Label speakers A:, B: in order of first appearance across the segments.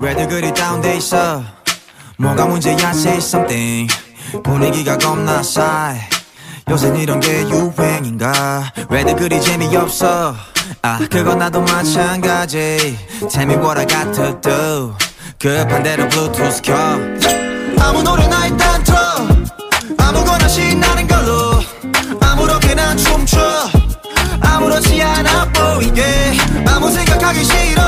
A: 왜들 그리 다운돼 있어 뭐가 문제야 say something 분위기가 겁나 싸해 요새 이런 게 유행인가 왜들 그리 재미없어 아 그건 나도 마찬가지 Tell me what I got to do 급한대로 블루투스 켜 아무 노래나 일단 틀어 아무거나 신나는 걸로 아무렇게나 춤춰 아무렇지 않아 보이게 아무 생각하기 싫어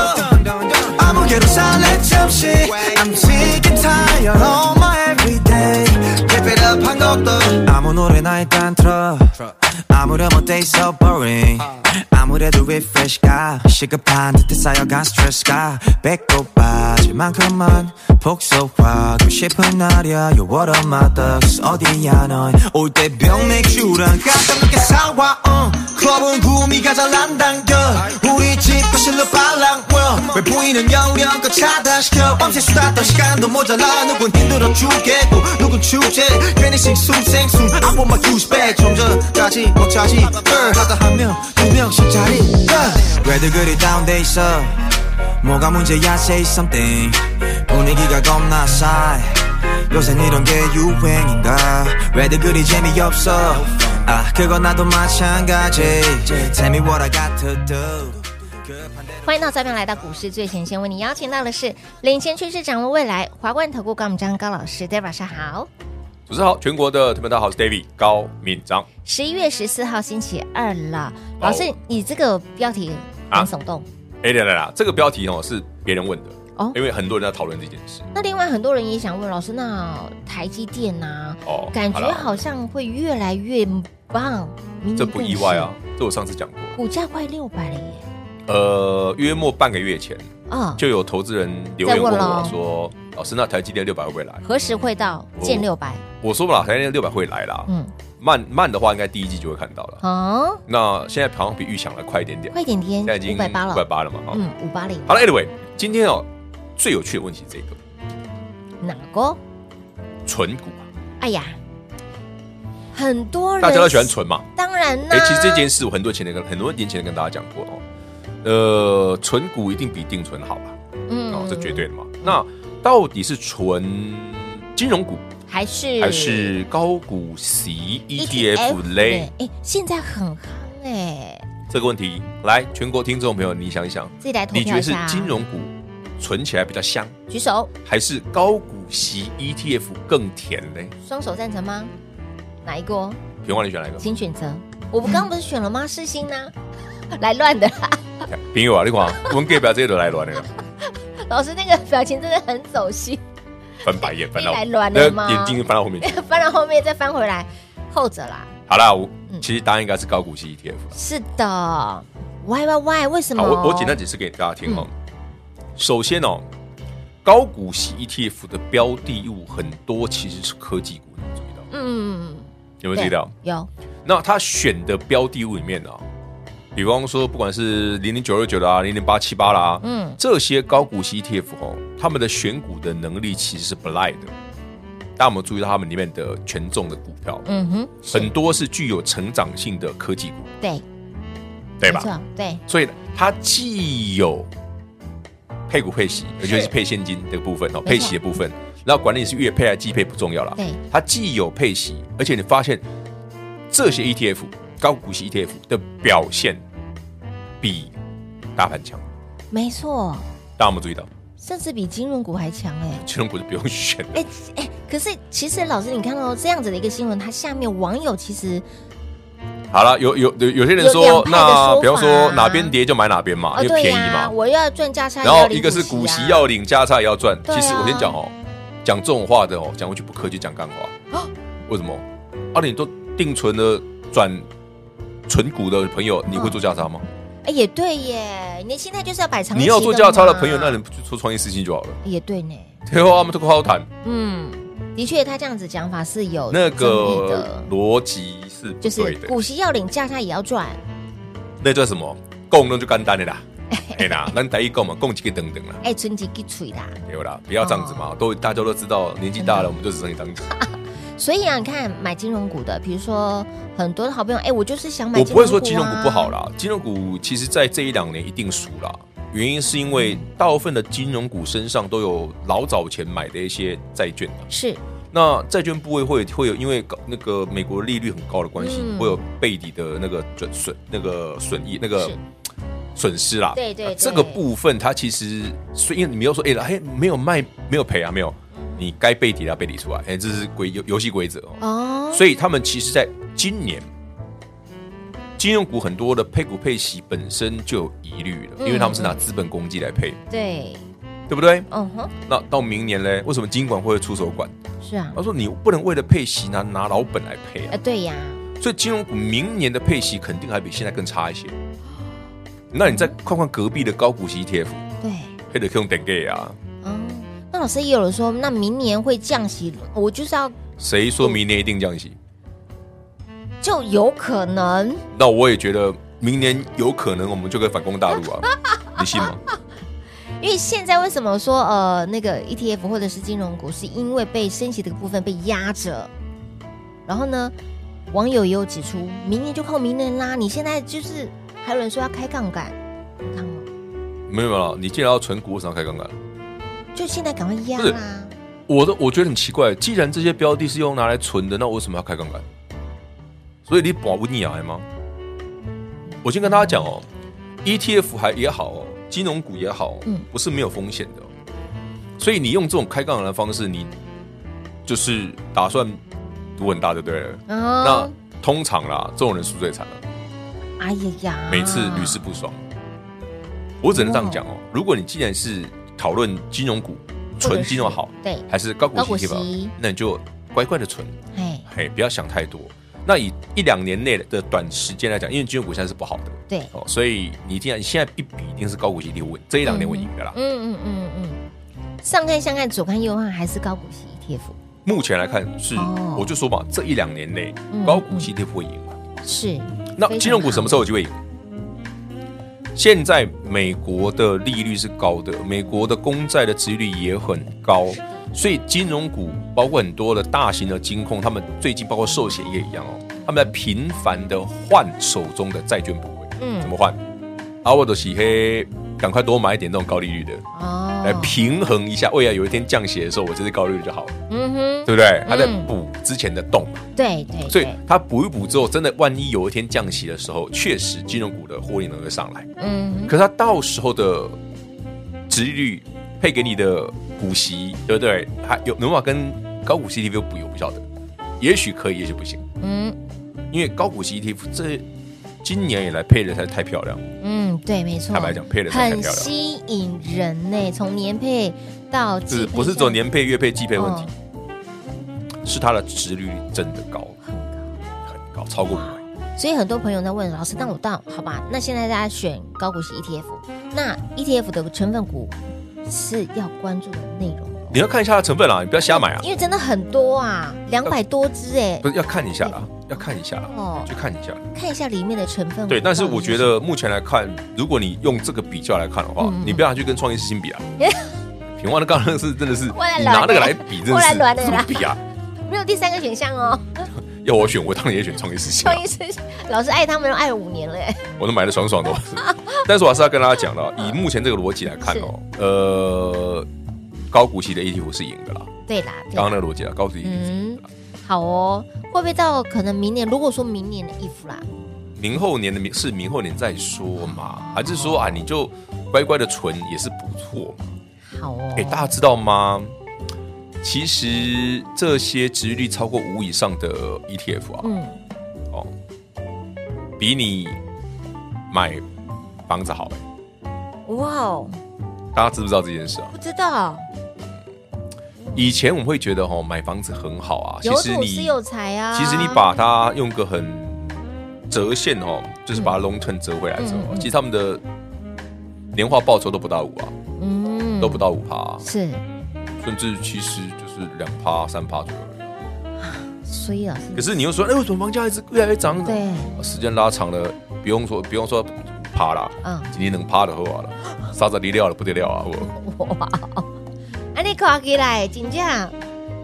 A: 아무개로 살래 잠시 I'm sick and tired of my everyday Keep it up 한 것도 아무 노래나 일단 틀어 아무렴 때 있어 boring 아무래도 refresh가 시급한 듯해 쌓여간 스트레스가 배꼽 빠질 만큼만 복속하고 싶은 날이야 You're what I'm at 어디야 넌올때병 맥주랑 깜짝놀게 사와 어. 클럽은 구미가 잘 안 당겨 우리 집 거실로 빨랑워 왜 부인은 영영껏 차단시켜 밤새 수다 떤 시간도 모자라 누군 힘들어 죽겠고 누군 축제 괜히 식숨 생숨 I want my goose back 점점까지 먹자지 girl 하다 한명두 명씩 자리 yeah. 왜들 그리 다운돼 있어 뭐가 문제야 say something 분위기가 겁나 싸해 요새 이런 게 유행인가 왜들 그리 재미없어 아 그건 나도 마찬가지 Tell me what I got to do 그
B: 欢迎到这边来到股市最前线，为你邀请到的是领先趋势、掌握未来华冠投顾高敏章高老师，大家晚上好。
C: 主持人好，全国的朋友们大家好，我是 David 高敏章。
B: 十一月十四号星期二了，老师
C: 哦，
B: 你这个标题很
C: 啊
B: 耸动。
C: 哎，来来来，这个标题哦是别人问的
B: 哦
C: 因为很多人在讨论这件事
B: 那另外很多人也想问老师，那台积电呐、
C: 哦。
B: 感觉
C: 啦
B: 好像会越来越棒，明年
C: 这不
B: 更
C: 意外啊
B: 是，，
C: 这我上次讲过。
B: 股价快六百了耶！
C: 呃，约莫半个月前
B: 啊、
C: 就有投资人留言
B: 在
C: 问
B: 问了
C: 我
B: 哦
C: 说：“老师，那台积电六百会不会来
B: 何时会到见六百？？”
C: 我说：“啦，台积电六百会来啦，
B: 嗯，
C: 慢慢的话应该第一季就会看到了。
B: 哦，
C: 那现在好像比预想的快一点点，
B: 快点点
C: 现在已，经
B: 五百八了，
C: 五百八了嘛。哈，
B: 嗯，五八零，
C: 好了，Anyway，今天哦最有趣的问题是这个
B: 哪个？
C: 纯股啊，
B: 哎呀，很多人
C: 大家都喜欢，纯嘛。
B: 当然啦。
C: 哎、其实这件事我很多前年跟很多年前跟大家讲过哦，呃，存股一定比定存好吧？
B: 嗯
C: 哦，这绝对的嘛。那到底是纯金融股
B: 还是
C: 还是 E 高股
B: 嗯
C: 息
B: ETF
C: ETF 类？
B: E 对哎，现在很夯哎，
C: 这个问题，来全国听众朋友，你想一想，
B: 自己来投
C: 你觉
B: 票一
C: 得是
B: 下啊。
C: 金融股存起来比较香，
B: 举手，
C: 还是高股息 ETF 更甜呢？
B: 双手赞成吗？哪一个？
C: 平花，你选哪一个？
B: 请选择。我不刚不是选了吗？世新 呢？来乱的啦！
C: 平友啊，你看，我们给表这都来乱了，
B: 老师那个表情真的很走心，
C: 翻白眼翻到
B: 你 来乱了吗
C: 眼睛翻到后面去。
B: 翻到后面再翻回来，后者啦。
C: 好啦，我
B: 嗯
C: 其实答案应该是高股息 E ETF 啦。
B: 是的，why why why？为什么？
C: 啊好，啊我我简单解释给大家听哦。首先哦，高股息 ETF 的标的物很多其实是科技股，你有注意到？
B: 嗯，
C: 有没有
B: 对
C: 注意到？
B: 有
C: 那他选的标的物里面啊，比方说不管是零零九二九啦、零零八七八啦，
B: 嗯
C: 这些高股息 ETF 哦，他们的选股的能力其实是不赖的。大家有没有注意到他们里面的权重的股票，
B: 嗯哼，是
C: 很多是具有成长性的科技股，
B: 对
C: 对
B: 没
C: 吧？
B: 错，对
C: 所以呢，它既有配股配息，尤其是配现金的部分哦，配息的部分。然后管理是月配还是季配不重要了
B: 对，
C: 它既有配息，而且你发现这些 ETF 高股息 ETF 的表现比大盘强，
B: 没错，
C: 大家有没有注意到？
B: 甚至比金融股还强哎、
C: 金融股是不用选的，
B: 哎哎，可是其实老师，你看哦到这样子的一个新闻，它下面网友其实
C: 好了，有有有有些人
B: 有两，派
C: 说
B: 的说
C: 那
B: 法啊哦
C: 比方说哪边跌就买哪边嘛，因为啊便宜嘛。
B: 我又要赚价差，
C: 然后
B: 也要领啊
C: 一个是股息要领，价差也要赚。
B: 对啊
C: 其实我先讲哦，讲这种话的哦，讲回去不客气，讲干话
B: 啊。
C: 为什么？啊，你都定存的转存股的朋友，你会做价差吗？
B: 啊哎，也对耶，你的心态就是要摆长期
C: 你
B: 的嘛
C: 要做价差的朋友，那你就做创业四星就好了。
B: 也对呢。
C: 对哦，他们都好好谈，
B: 嗯，的确，他这样子讲法是有
C: 那
B: 争议
C: 个
B: 的，
C: 逻辑是
B: 哦就
C: 对
B: 是
C: 的。
B: 股息要领，价差也要赚。
C: 那叫什么？供那就干单的啦， 哎啦，咱台一供嘛，供几个等等啦，
B: 哎，存几给吹啦。
C: 对啦，不要这样子
B: 哦
C: 嘛，都大家都知道，年纪大了我们就只剩一张纸。
B: 所以啊，你看买金融股的，比如说很多的好朋友，哎，我就是想买、
C: 我不会说金融股
B: 啊
C: 不好，啦，金融股其实在这一两年一定输啦。原因是因为大部分的金融股身上都有老早前买的一些债券啊
B: 是
C: 那债券部位会会有因为高那个美国利率很高的关系，
B: 嗯
C: 会有背底的那个准损那个损益那个
B: 是
C: 损失啦。
B: 对对
C: 那
B: 对
C: 这个部分它其实所以因为你没有说哎哎没有卖没有赔啊没有，你该背底的要背底出来，哎、这是规游游戏规则哦。
B: 哦，
C: 所以他们其实在今年金融股很多的配股配息本身就有疑虑了，
B: 嗯
C: 因为他们是拿资本公积来配，
B: 对，
C: 对不对？
B: 嗯哼，
C: 那到明年嘞，为什么金管会出手管？
B: 是啊，
C: 他说你不能为了配息拿拿老本来配啊
B: 呃，，对呀，
C: 所以金融股明年的配息肯定还比现在更差一些。那你再看看隔壁的高股息 E ETF，
B: 对，
C: 配的可以用等给啊，
B: 嗯，那老师也有人说，那明年会降息，我就是要
C: 谁说明年一定降息？
B: 就有可能
C: 那我也觉得明年有可能我们就可以反攻大陆啊，你信吗？
B: 因为现在为什么说呃那个 ETF 或者是金融股，是因为被升息的部分被压着，然后呢，网友也有指出，明年就靠明年啦，你现在就是还有人说要开杠杆，很烫哦，
C: 没有没有，你既然要存股，为什么要开杠杆？
B: 就现在赶快压
C: 不是
B: 啦，
C: 我的我觉得很奇怪，既然这些标的是用拿来存的，那我为什么要开杠杆？所以你保不你癌吗？我先跟大家讲哦，ETF 还也好哦，金融股也好、哦，
B: 嗯
C: 不是没有风险的哦、所以你用这种开杠杆的方式，你就是打算赌很大就对了。那
B: 哦，
C: 通常啦，这种人输最惨了。
B: 哎呀呀，
C: 每次屡试不爽。我只能这样讲哦，如果你既然是讨论金融股，纯金融好，
B: 对，
C: 还是高
B: 高
C: 股
B: 股
C: 息 ETF
B: 息
C: 好那你就乖乖的存，
B: 哎，
C: 嘿，不要想太多。那以一两年内的短时间来讲，因为金融股现在是不好的
B: 对，
C: 哦，所以你既然你现在一比一定是高股息 ETF 稳，这一两年稳赢的啦。
B: 嗯嗯嗯嗯，上看下看左看右看还是高股息 ETF，
C: 目前来看是
B: 哦，
C: 我就说嘛，这一两年内
B: 嗯
C: 高股息 ETF 会赢。
B: 是，
C: 那
B: 非常
C: 金融股
B: 好
C: 什么时候有机会赢？现在美国的利率是高的，美国的公债的殖利率也很高，所以金融股包括很多的大型的金控，他们最近包括寿险业一样哦，他们在频繁的换手中的债券部位，
B: 嗯
C: 怎么换？啊阿沃德洗黑，赶快多买一点这种高利率的，
B: 哦
C: 来平衡一下，未来有一天降息的时候，我这支高利率就好了，
B: 嗯哼，
C: 对不对？他在
B: 嗯
C: 补之前的洞嘛。
B: 对对，
C: 所以
B: 对
C: 它补一补之后，真的万一有一天降息的时候，确实金融股的获利能够上来，
B: 嗯
C: 可是它到时候的殖利率配给你的股息，对不对？还有能不能跟高股息 ETF 比，我不晓得，也许可以，也许不行，
B: 嗯
C: 因为高股息 ETF 这今年以来配的才太漂亮，
B: 嗯，对，没错，
C: 坦白讲配的才太
B: 很
C: 漂亮，
B: 吸引人呢，从年配到季
C: 是
B: 配
C: 不是
B: 这
C: 走
B: 样哦
C: 年配、月配、季配问题？是它的殖利率真的高，
B: 很高，
C: 很高，超过五倍。
B: 所以很多朋友在问老师，那我到好吧？那现在大家选高股息 ETF，那 ETF 的成分股是要关注的内容哦，
C: 你要看一下它的成分啦，你不要瞎买啊
B: 因，为真的很多啊，两百多只哎
C: 不，是要看一下啦，要看一下啦。
B: 哦，
C: 去看一下。
B: 看一下里嗯面的成分股到底
C: 对，
B: 什么。
C: 但是我觉得目前来看，如果你用这个比较来看的话，
B: 嗯
C: 你不要拿去跟创业之 星比啊。平花的杠那是真的是，
B: 我来
C: 你
B: 乱
C: 拿那个
B: 的
C: 来比，真
B: 我
C: 的
B: 来
C: 是
B: 乱的啦
C: 怎么比啊？
B: 没有第三个选项哦，
C: 要我选，我当然也选创业之星啊
B: 邱，医生老师爱他们都爱了五年了哎，
C: 我都买的爽 爽的。但是我还是要跟大家讲了，
B: 嗯
C: 以目前这个逻辑来看哦，呃，高股息的 ETF 是赢的啦，
B: 对啦，对啦
C: 刚刚那个逻辑啊，高股息 ETF 是赢
B: 嗯
C: 的啦。，
B: 好哦，会不会到可能明年？如果说明年的衣服啦，
C: 明后年的明是明后年再说嘛，还是说啊，你就乖乖的存也是不错嘛。
B: 好哦，
C: 哎、大家知道吗？其实这些值率超过五以上的 ETF 啊，
B: 嗯，
C: 哦，比你买房子好、欸。
B: 哇哦，
C: 大家知不知道这件事啊？
B: 不知道，
C: 以前我们会觉得哦，买房子很好啊，其
B: 有
C: 实
B: 土
C: 你
B: 是有财啊，
C: 其实你把它用个很折线哦，就是把 long term 折回来之后
B: 嗯
C: 啊，
B: 嗯嗯
C: 其实他们的年化报酬都不到五啊，
B: 嗯，
C: 都不到五趴啊，
B: 是，
C: 甚至其实就是两趴、三趴左右而已啊。
B: 所以老师，
C: 可是你又说，哎，为什么房价一直越来越涨？
B: 嗯对，
C: 时间拉长了，不用说不用说趴啦，
B: 嗯，
C: 今天能趴的喝完了，沙子离掉了不得了啊！我
B: 哇，安尼看起来真正，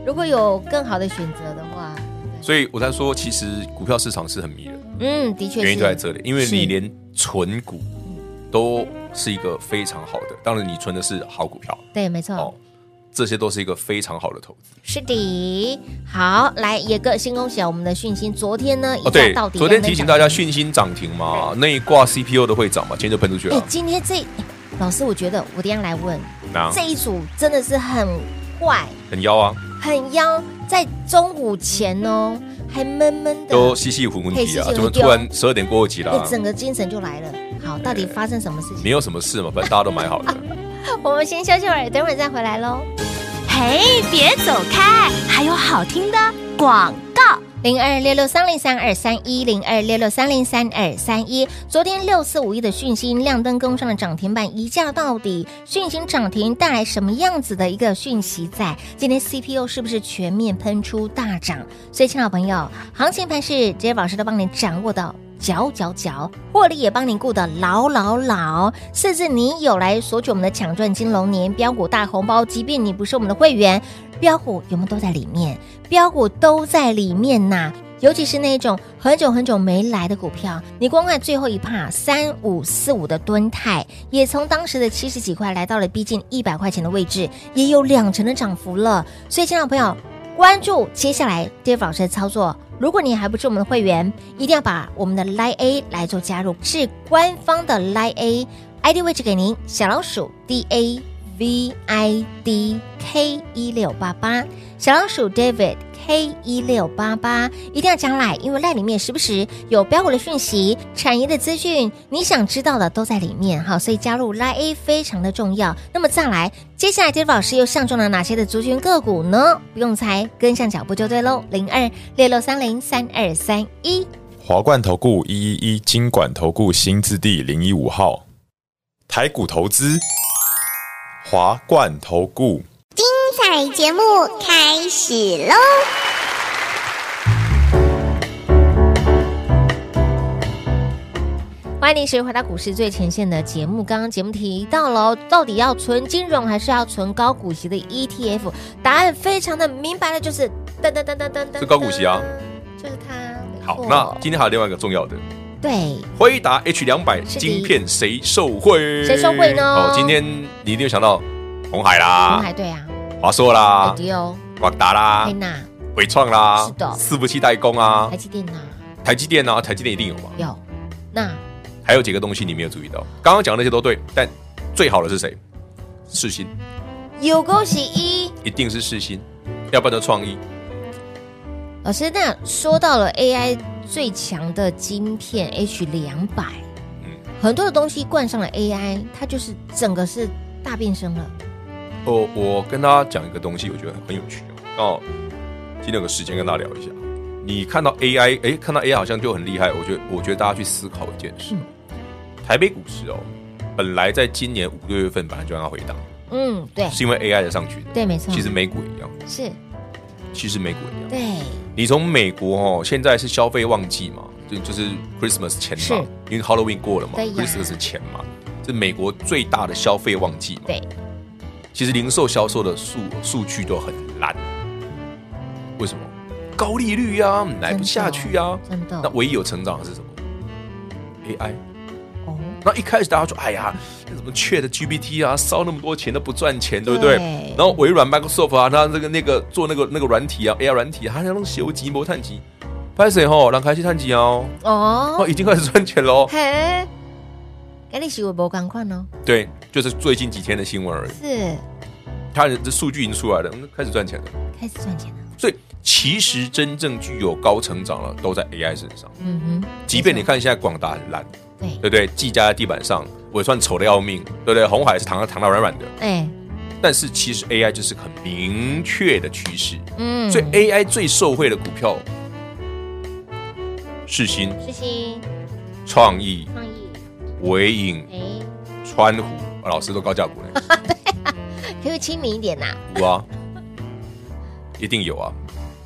B: 如果有更好的选择的话，
C: 所以我才说，其实股票市场是很迷人。
B: 嗯，的确
C: 原因就在
B: 是，
C: 这里，因为
B: 是
C: 你连存股都是一个非常好的，当然你存的是好股票
B: 对，没错。
C: 哦，这些都是一个非常好的投资
B: 是的，好，来野哥，先恭喜啊我们的讯息，昨天呢，一
C: 哦。
B: 价
C: 对
B: 到，底
C: 昨天
B: 亮灯
C: 提醒
B: 涨
C: 大家
B: 停，
C: 讯息涨停嘛，那一挂 CPU 的会涨嘛，今天就喷出去
B: 哎、
C: 了。
B: 今天这老师，我觉得我等一下来问、
C: 那
B: 这一组真的是很坏，
C: 很妖啊，
B: 很妖，在中午前哦，还闷闷的，
C: 都稀稀糊糊
B: 嘿
C: 的
B: 稀
C: 啊，
B: 稀糊
C: 怎
B: 糊哦
C: 么突然十二点过后起
B: 哎、
C: 啦？
B: 整个精神就来了。好，到底发生什么事情？
C: 没有什么事嘛，反正大家都买好 了。
B: 我们先休息会儿，等会儿再回来喽。
D: 嘿，别走开，还有好听的广告。
B: 零二六六三零三二三一零二六六三零三二三一，昨天六四五一的讯息亮灯攻上了涨停板，一价到底。讯息涨停带来什么样子的一个讯息在？今天 CPU 是不是全面喷出大涨？所以，亲爱的朋友，行情盘是 j 老师都帮您掌握到脚脚脚，获利也帮您顾得牢牢牢，甚至你有来索取我们的抢赚金龙年标股大红包，即便你不是我们的会员，标股有没有都在里面？标股都在里面呐、尤其是那种很久很久没来的股票，你光看最后一趴三五四五的吨泰，也从当时的七十几块来到了逼近一百块钱的位置，也有两成的涨幅了。所以，亲爱的朋友，关注接下来 Dave 老师的操作。如果你还不是我们的会员，一定要把我们的 Line A 来做加入，是官方的 Line A ID 位置给您，小老鼠 D A V I D K 一六八八。小老鼠 David K 一六八八，一定要加赖，因为赖里面时不时有标股的讯息、产业的资讯，你想知道的都在里面哈，所以加入赖 A 非常的重要。那么再来，接下来 David 老师又上中了哪些的族群个股呢？不用猜，跟上脚步就对喽。零二六六三零三二三一。
E: 华冠投顾一一一金管投顾新字第零一五号，台股投资，华冠投顾。
F: 彩节目开始喽！
B: 欢迎您回到股市最前线的节目。刚刚节目提到了哦，到底要存金融还是要存高股息的 ETF？答案非常的明白了，就是噔噔噔噔噔噔，
C: 是高股息啊，
B: 就是它。没
C: 好
B: 错，
C: 那今天还有另外一个重要的，
B: 对
C: 辉达 H 两百
B: 是的
C: 晶片谁受惠？
B: 谁受惠呢
C: 哦，今天你一定有想到红海啦
B: 红、海对啊，
C: 华硕啦
B: 海、迪欧、
C: 广达啦
B: 海、娜、
C: 伟创啦，
B: 是的哎
C: 四服器代工啊
B: 台，积电呐，
C: 台积电啊，台积电一定有嘛。
B: 有那
C: 还有几个东西你没有注意到，刚刚讲的那些都对，但最好的是谁？世新，
B: 有高息一。
C: 一定是世新，要不然就创意。
B: 老师，那说到了 AI 最强的晶片 H 两百，
C: 嗯，
B: 很多的东西冠上了 AI，它就是整个是大变身了。
C: 哦，我跟大家讲一个东西，我觉得很有趣哦。刚好今天有个时间跟大家聊一下。你看到 AI，哎，看到 AI 好像就很厉害。我觉得，我觉得大家去思考一件事：
B: 嗯
C: 台北股市哦，本来在今年五六月份本来就让它回档，
B: 嗯，对
C: 是因为 AI 才上去的。
B: 对，没错，
C: 其实美股也一样，
B: 是
C: 其实美股也一样。
B: 对，
C: 你从美国哦，现在是消费旺季嘛，就就是 Christmas 前
B: 是
C: 嘛，因为 Halloween 过了嘛
B: 对呀
C: ，Christmas 前嘛，是美国最大的消费旺季嘛。
B: 对，
C: 其实零售销售的数数据都很烂，为什么？高利率啊，买不下去啊。
B: 真的
C: 那唯一有成长的是什么？AI。
B: 哦，
C: 那一开始大家说，哎呀，那什么 Chat GPT 啊，烧那么多钱都不赚钱，对不对？
B: 对
C: 然后微软 Microsoft 啊，它那个那个做那个那个软体啊，AI 软体啊，它那种修机摩探机，拍谁吼，让开始探机哦，
B: 哦，
C: 哦，已经开始赚钱喽。
B: 嘿，跟你是微博赶快哦，
C: 对，就是最近几天的新闻而已，
B: 是
C: 它的这数据已经出来了，嗯开始赚钱了。
B: 开始赚钱了，
C: 所以其实真正具有高成长了，都在 AI 身上。
B: 嗯哼，
C: 即便你
B: 没错
C: 看现在广达很烂，
B: 对，
C: 对不对？技嘉在地板上，尾算丑的要命，对不对？红海是躺到躺到软软的。
B: 哎，
C: 但是其实 AI 就是很明确的趋势，
B: 嗯，
C: 所以 AI 最受惠的股票，世新、
B: 世新
C: 创意、
B: 创意，
C: 伟影、
B: 哎，
C: 川湖，啊老师都高价股呢，
B: 可不可以亲民一点呐、
C: 有啊，一定有啊。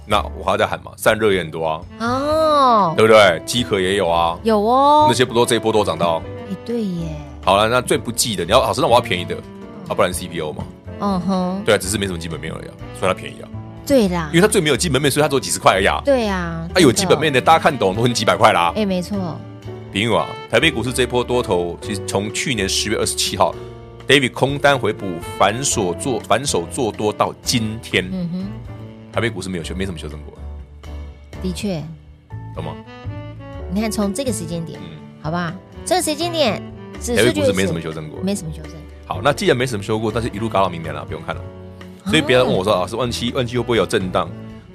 C: 那我还在喊嘛，散热也很多啊，
B: 哦，
C: 对不对？机壳也有啊，
B: 有哦
C: 那，些不都这一波都涨到？
B: 哎，对耶，
C: 好了，那最不济的，你要老师，那我要便宜的，啊，不然 CPU 嘛，
B: 嗯哼，
C: 对啊，只是没什么基本面而已、啊，所以它便宜啊，
B: 对啦
C: 因为，它最没有基本面，所以它只有几十块而已、啊。
B: 对啊，
C: 它、有基本面
B: 的，
C: 的，大家看懂都已经几百块啦。
B: 哎，没错，
C: 平友啊，台北股市这一波多头，其实从去年十月二十七号，David 空单回补，反手做反手做多到今天，
B: 嗯哼，
C: 台北股市没有修，没怎么修正过，
B: 的确，
C: 懂吗？
B: 你看从这个时间点，
C: 嗯，
B: 好不好？这个时间点，指
C: 台北
B: 数
C: 股
B: 就是
C: 市没怎么修正过。
B: 没什么修正，
C: 好，那既然没什么修过，但是一路搞到明年了，不用看了。所以别人问我说，啊老师，万七万七会不会有震荡？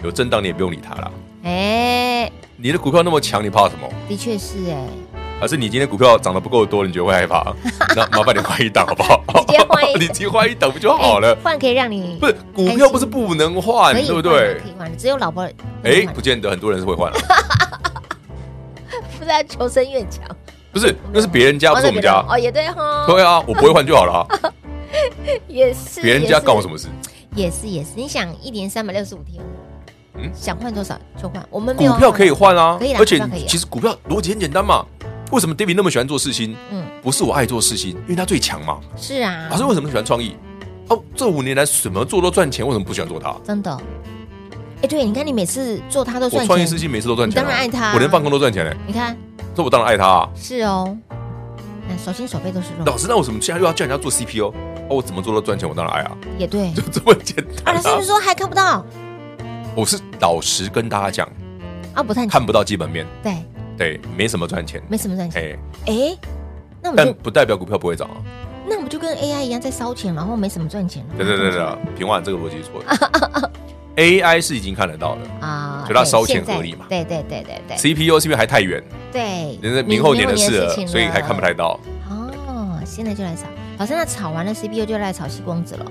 C: 有震荡你也不用理它啦。
B: 哎，
C: 你的股票那么强，你怕什么？
B: 的确是哎，
C: 还是你今天股票涨得不够多，你觉得会 害怕？那麻烦你换一档好不好？
B: 直接换一档
C: 你直接换一档不就好了
B: 哎？换可以让你
C: 不是股票不是不能换，
B: 可以
C: 对不
B: 换
C: 对
B: 的可？以换的，只有老婆不能
C: 哎，
B: 换
C: 不见得，很多人是会换的，
B: 不是他求生愿强，
C: 不是，那是别人家，不是我们家。
B: 哦，也对哈，
C: 对啊，我不会换就好了啊，
B: 也是
C: 别人家干我什
B: 么？
C: 么事？
B: 也是也是，你想一年三百六十五天，
C: 嗯
B: 想换多少就换，我们没有
C: 股票可以换啊
B: 可以，啦
C: 而且
B: 股票可以啊
C: 其实股票逻辑很简单嘛。为什么 David 那么喜欢做事情？
B: 嗯
C: 不是我爱做事情，因为他最强嘛。
B: 是啊
C: 老，师为什么喜欢创意？哦，这五年来什么做都赚钱，为什么不喜欢做它？
B: 真的。哎，对，你看你每次做他都
C: 我
B: 算
C: 创业
B: 钱，
C: 事情每次都赚钱、啊，
B: 你当然爱它啊
C: 我连放空都赚钱嘞、
B: 你看
C: 这我当然爱他、啊。
B: 是哦，那手心手背都是肉，
C: 老师，那我怎么现在又要叫人家做 CPO？哦，我怎么做都赚钱，我当然爱啊，
B: 也对。
C: 就这么简
B: 啊，
C: 单
B: 老师
C: 啊
B: 你！说还看不到
C: 我是老实跟大家讲，
B: 啊？不探
C: 看不到基本面，
B: 对，
C: 对，没什么赚钱，
B: 没什么赚钱。
C: 哎，
B: 哎，那我们
C: 但
B: 就
C: 不代表股票不会涨啊。
B: 那我们就跟 AI 一样在烧钱，然后没什么赚钱了。
C: 对对对对，平晚这个逻辑是错的。AI 是已经看得到的
B: 啊，
C: 所以它
B: 对
C: 烧钱
B: 现在
C: 合理嘛
B: 对对对对对
C: ，CPO 是因为还太远，
B: 对，
C: 人家明后年的事了，
B: 情
C: 所以还看不太到。
B: 哦，现在就来炒，老师那炒完了 CPU 就来炒西光子了，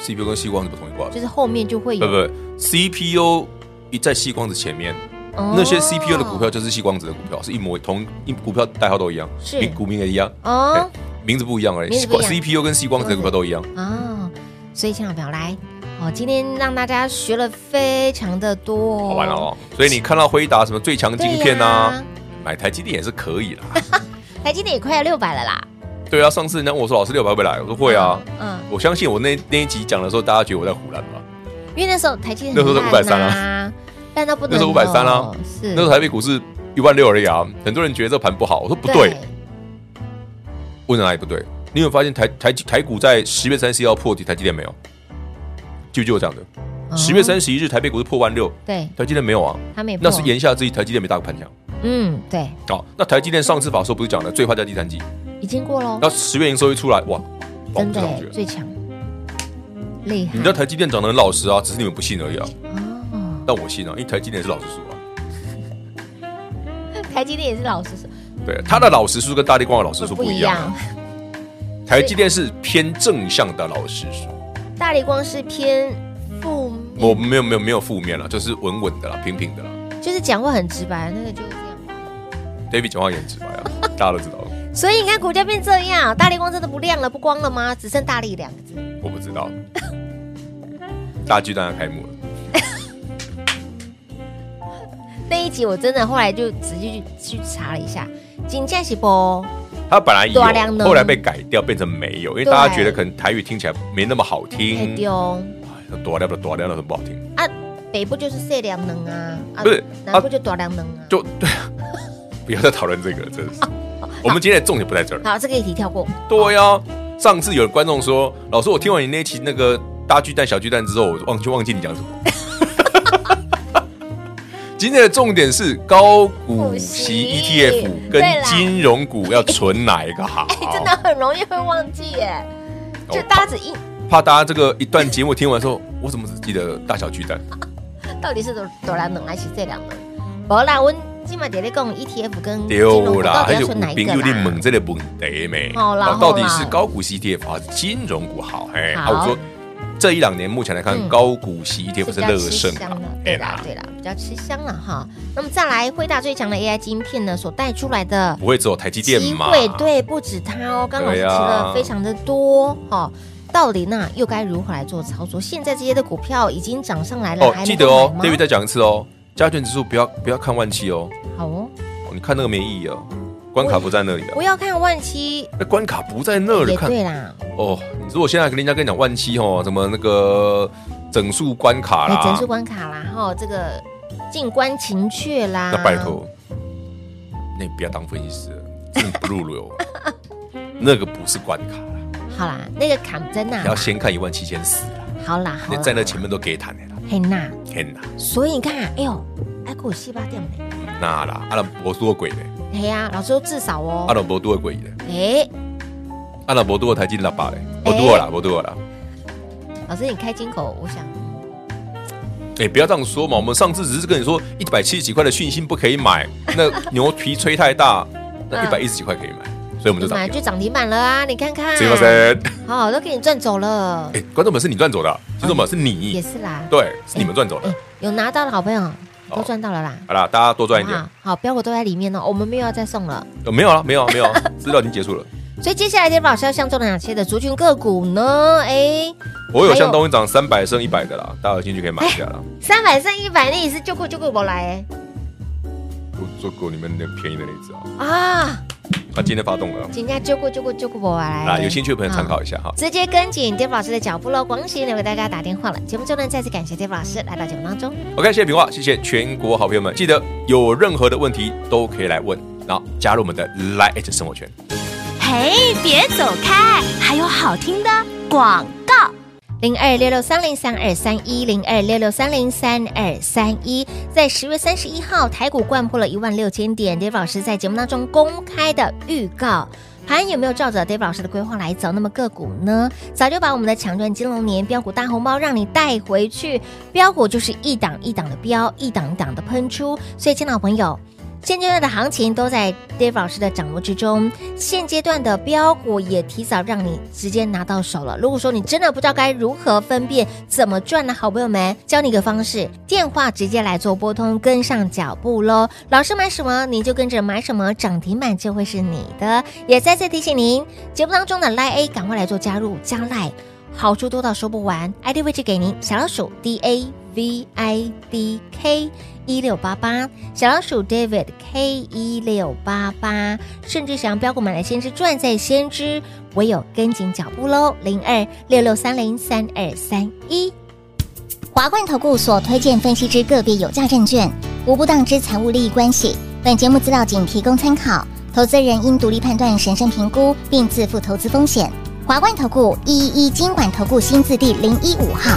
C: CPU 跟细光子不同一挂的，
B: 就是后面就会有
C: 不不，CPU 一在细光子前面，
B: 哦
C: 那些 CPU 的股票就是细光子的股票，是一模同一股票代号都一样，
B: 是
C: 你股名也一样，
B: 哦
C: 哎名字不一样而已。
B: 名字不一样
C: CPU 跟细光子的股票都一样，
B: 哦，所以千万不要来哦，今天让大家学了非常的多、
C: 好玩了哦。所以你看到辉达什么最强晶片啊
B: 对呀，
C: 买台积电也是可以啦。
B: 台积电也快要六百了啦，
C: 对啊，上次人家问我说老师六百会不会来，我说会啊。
B: 嗯，
C: 我相信我那那一集讲的时候，大家觉得我在胡乱吧？
B: 因为那时候台积电
C: 那时候是
B: 很烂
C: 530
B: 啊，烂到不能
C: 那时候530啊
B: 了是
C: 那时候台北股市一万六而已啊，很多人觉得这盘不好，我说不对，问哪里不对？你有没有发现台台台股在十月三十一号破底，台积电没有？记不记得我讲的？十月，
B: 哦
C: 三十一日台北股市破万六，
B: 嗯对，
C: 台积电没有啊？
B: 他们也
C: 那是
B: 破
C: 言下之意，台积电没大盘强。
B: 嗯，对，
C: 好、那台积电上次法说不是讲
B: 嗯
C: 的最坏在第三季，
B: 已经过喽，
C: 那十月营收一出来，哇，哇
B: 真的
C: 就上去
B: 耶
C: 了。
B: 最强，厉害，
C: 你知道台积电涨得很老实啊，只是你们不信而已啊。
B: 哦。
C: 但我信啊，因为台积电也是老实数啊。
B: 台积电也是老实说，
C: 对，它的老实数跟大力光的老实数
B: 不
C: 不
B: 一
C: 一样
B: 样
C: 啊、。台积电是偏正向的老实数，
B: 大力光是偏负面，
C: 我没有没有没有负面了，就是稳稳的啦，平平的啦。
B: 就是讲话很直白，那个就是这样。
C: David 讲话也很直白啊，大家都知道。
B: 所以你看股价变这样，大力光真的不亮了，不光了吗？只剩大力两个字。
C: 我不 知道，大巨蛋要开幕了。
B: 那一集我真的后来就直接去去查了一下，金价是不？
C: 它本来有
B: 大量，呢
C: 后来被改掉变成没有，因为
B: 对
C: 大家觉得可能台语听起来没那么好
B: 哎
C: 听。
B: 丢
C: 哎多亮的多亮的很不好听，
B: 啊！北部就是射两能啊，啊
C: 不是
B: 南部就短两能啊。
C: 就对啊，不要再讨论这个了，真 的是。我们今天的重点不在这儿。
B: 好，这个议题跳过。
C: 对呀、上次有观众说，老师，我听完你那期那个大巨蛋、小巨蛋之后，我忘就忘记你讲什 么。今天的重点是高
B: 股
C: 股息
B: 息
C: ETF
B: 对啦
C: 跟金融股要存哪一个好？
B: 哎， 真的很容易会忘记耶，
C: 哦
B: 就大家只一
C: 怕大家这个一段节目听完之后，我怎么只记得大小巨蛋？
B: 到底是多多两啊能还是这两能？无啦，我今晚在咧讲 ETF 跟金融股
C: 丢啦，
B: 到底
C: 还
B: 要
C: 有
B: 选哪一
C: 朋
B: 个
C: 友你问
B: 啦？
C: 这个问题没？
B: 好啦
C: 啊到底
B: 好啦
C: 是高股息 ETF 还是金融股好？哎，
B: 好
C: 啊我说这一两年目前来看，
B: 嗯
C: 高股息 ETF
B: 比
C: 是
B: 较
C: 乐
B: 吃
C: 胜
B: 香
C: 啊
B: 的，，
C: 哎
B: 对啦对啦，比较吃香了哈。那么再来，辉达最强的 AI 晶片呢，所带出来的
C: 不会只有台积电
B: 机
C: 嘛？
B: 会，对，不止它哦，刚刚老师提
C: 对啊
B: 了非常的多哈、哦。到底那又该如何来做操作？现在这些的股票已经涨上来了，
C: 哦
B: 还，能
C: 记得
B: 够
C: 哦
B: 买吗
C: ，David 再讲一次哦，加权指数不要不要看万七哦，
B: 好哦，
C: 哦你看那个没意义哦，关卡不在那里啊
B: 不，要看万七，
C: 那关卡不在那里
B: 也
C: 看
B: 对啦，
C: 哦。你如果现在跟人家跟你讲万七哦，什么那个整数关卡
B: 哎，整数
C: 啦，
B: 关卡啦，哈、这个静观情却啦，
C: 那拜托，那你不要当分析师了，真的不入流，那个不是关卡啦，
B: 好啦，那个坎在那
C: 你
B: 啦
C: 要，先看一万七千四啦，
B: 好啦，好
C: 那
B: 啦，
C: 在那前面都给谈的啦，
B: 嘿那，
C: 天哪，
B: 所以你看，哎呦，哎，给我七八点呢。
C: 那啦，阿拉伯多鬼呢，
B: 哎呀，老师说至少
C: 阿
B: 哦，
C: 拉伯多鬼呢，
B: 哎，
C: 阿拉伯多台进喇叭嘞，我多啦，我多啦。
B: 老师你开金口，我想
C: 哎、不要这样说嘛！我们上次只是跟你说一百七十几块的讯息不可以买，那牛皮吹太大，那一百一十几块可以买，所以我们就
B: 就
C: 涨
B: 买
C: 停
B: 就涨停板了啊，你看看，
C: 了。谁发生？
B: 好，都给你赚走了，
C: 哎，观众们是你赚走的，听众们是
B: 也
C: 你，
B: 是啦，
C: 对，是你们赚走的
B: 哎。，有拿到的好朋友
C: 哦
B: 都赚到了啦，
C: 好啦，大家多赚一
B: 好
C: 点
B: 不。好，好标股都在里面哦，我们没有要再送了，
C: 呃，没有了，没有啊，没有啊，资料已经结束了。
B: 所以接下来天宝老师要相中哪些的族群个股呢？哎，
C: 我有像东云涨三百升一百的啦，大家有兴趣可以买一下啦。
B: 三百剩一百，那也是救过救过我来
C: 我做过你们那便宜的那一只啊，
B: 哎啊，
C: 它今天发动了
B: 人家救过救过救过我来
C: 啊，有兴趣的朋友参
B: 好
C: 考一下哈。
B: 直接跟紧 Dave 老师的脚步喽。广喜留给大家打电话了。节目中呢，再次感谢 Dave 老师来到节目当中。
C: OK，谢谢平话，谢谢全国好朋友们，记得有任何的问题都可以来问，然后加入我们的 Lite 生活圈。
D: 嘿，别走开，还有好听的广告。
B: 零二六六三零三二三一零二六六三零三二三一，在十月三十一号，台股灌破了一万六千点。Dave 老师在节目当中公开的预告。盘有没有照着 Dave 老师的规划来走？那么个股呢？早就把我们的抢赚金龙年标股大红包让你带回去，标股就是一档一档的标，一档一档的喷出。所以，亲爱的朋友，现阶段的行情都在 Dave 老师的掌握之中，现阶段的标股也提早让你直接拿到手了。如果说你真的不知道该如何分辨怎么赚的好朋友们，教你一个方式，电话直接来做拨通，跟上脚步喽。老师买什么你就跟着买什么，涨停板就会是你的。也再次提醒您，节目当中的 Line A 赶快来做加入，加 Line。好处多到说不完，ID 位置给您，小老鼠 D A V I D K 一六八八，小老鼠 David K 一六八八，甚至想要标股买来先知赚在先知，唯有跟紧脚步喽，零二六六三零三二三一。
F: 华冠投顾所推荐分析之个别有价证券，无不当之财务利益关系。本节目资料仅提供参考，投资人应独立判断、审慎评估，并自负投资风险。华冠投顾一一一金管投顾新字第零一五号。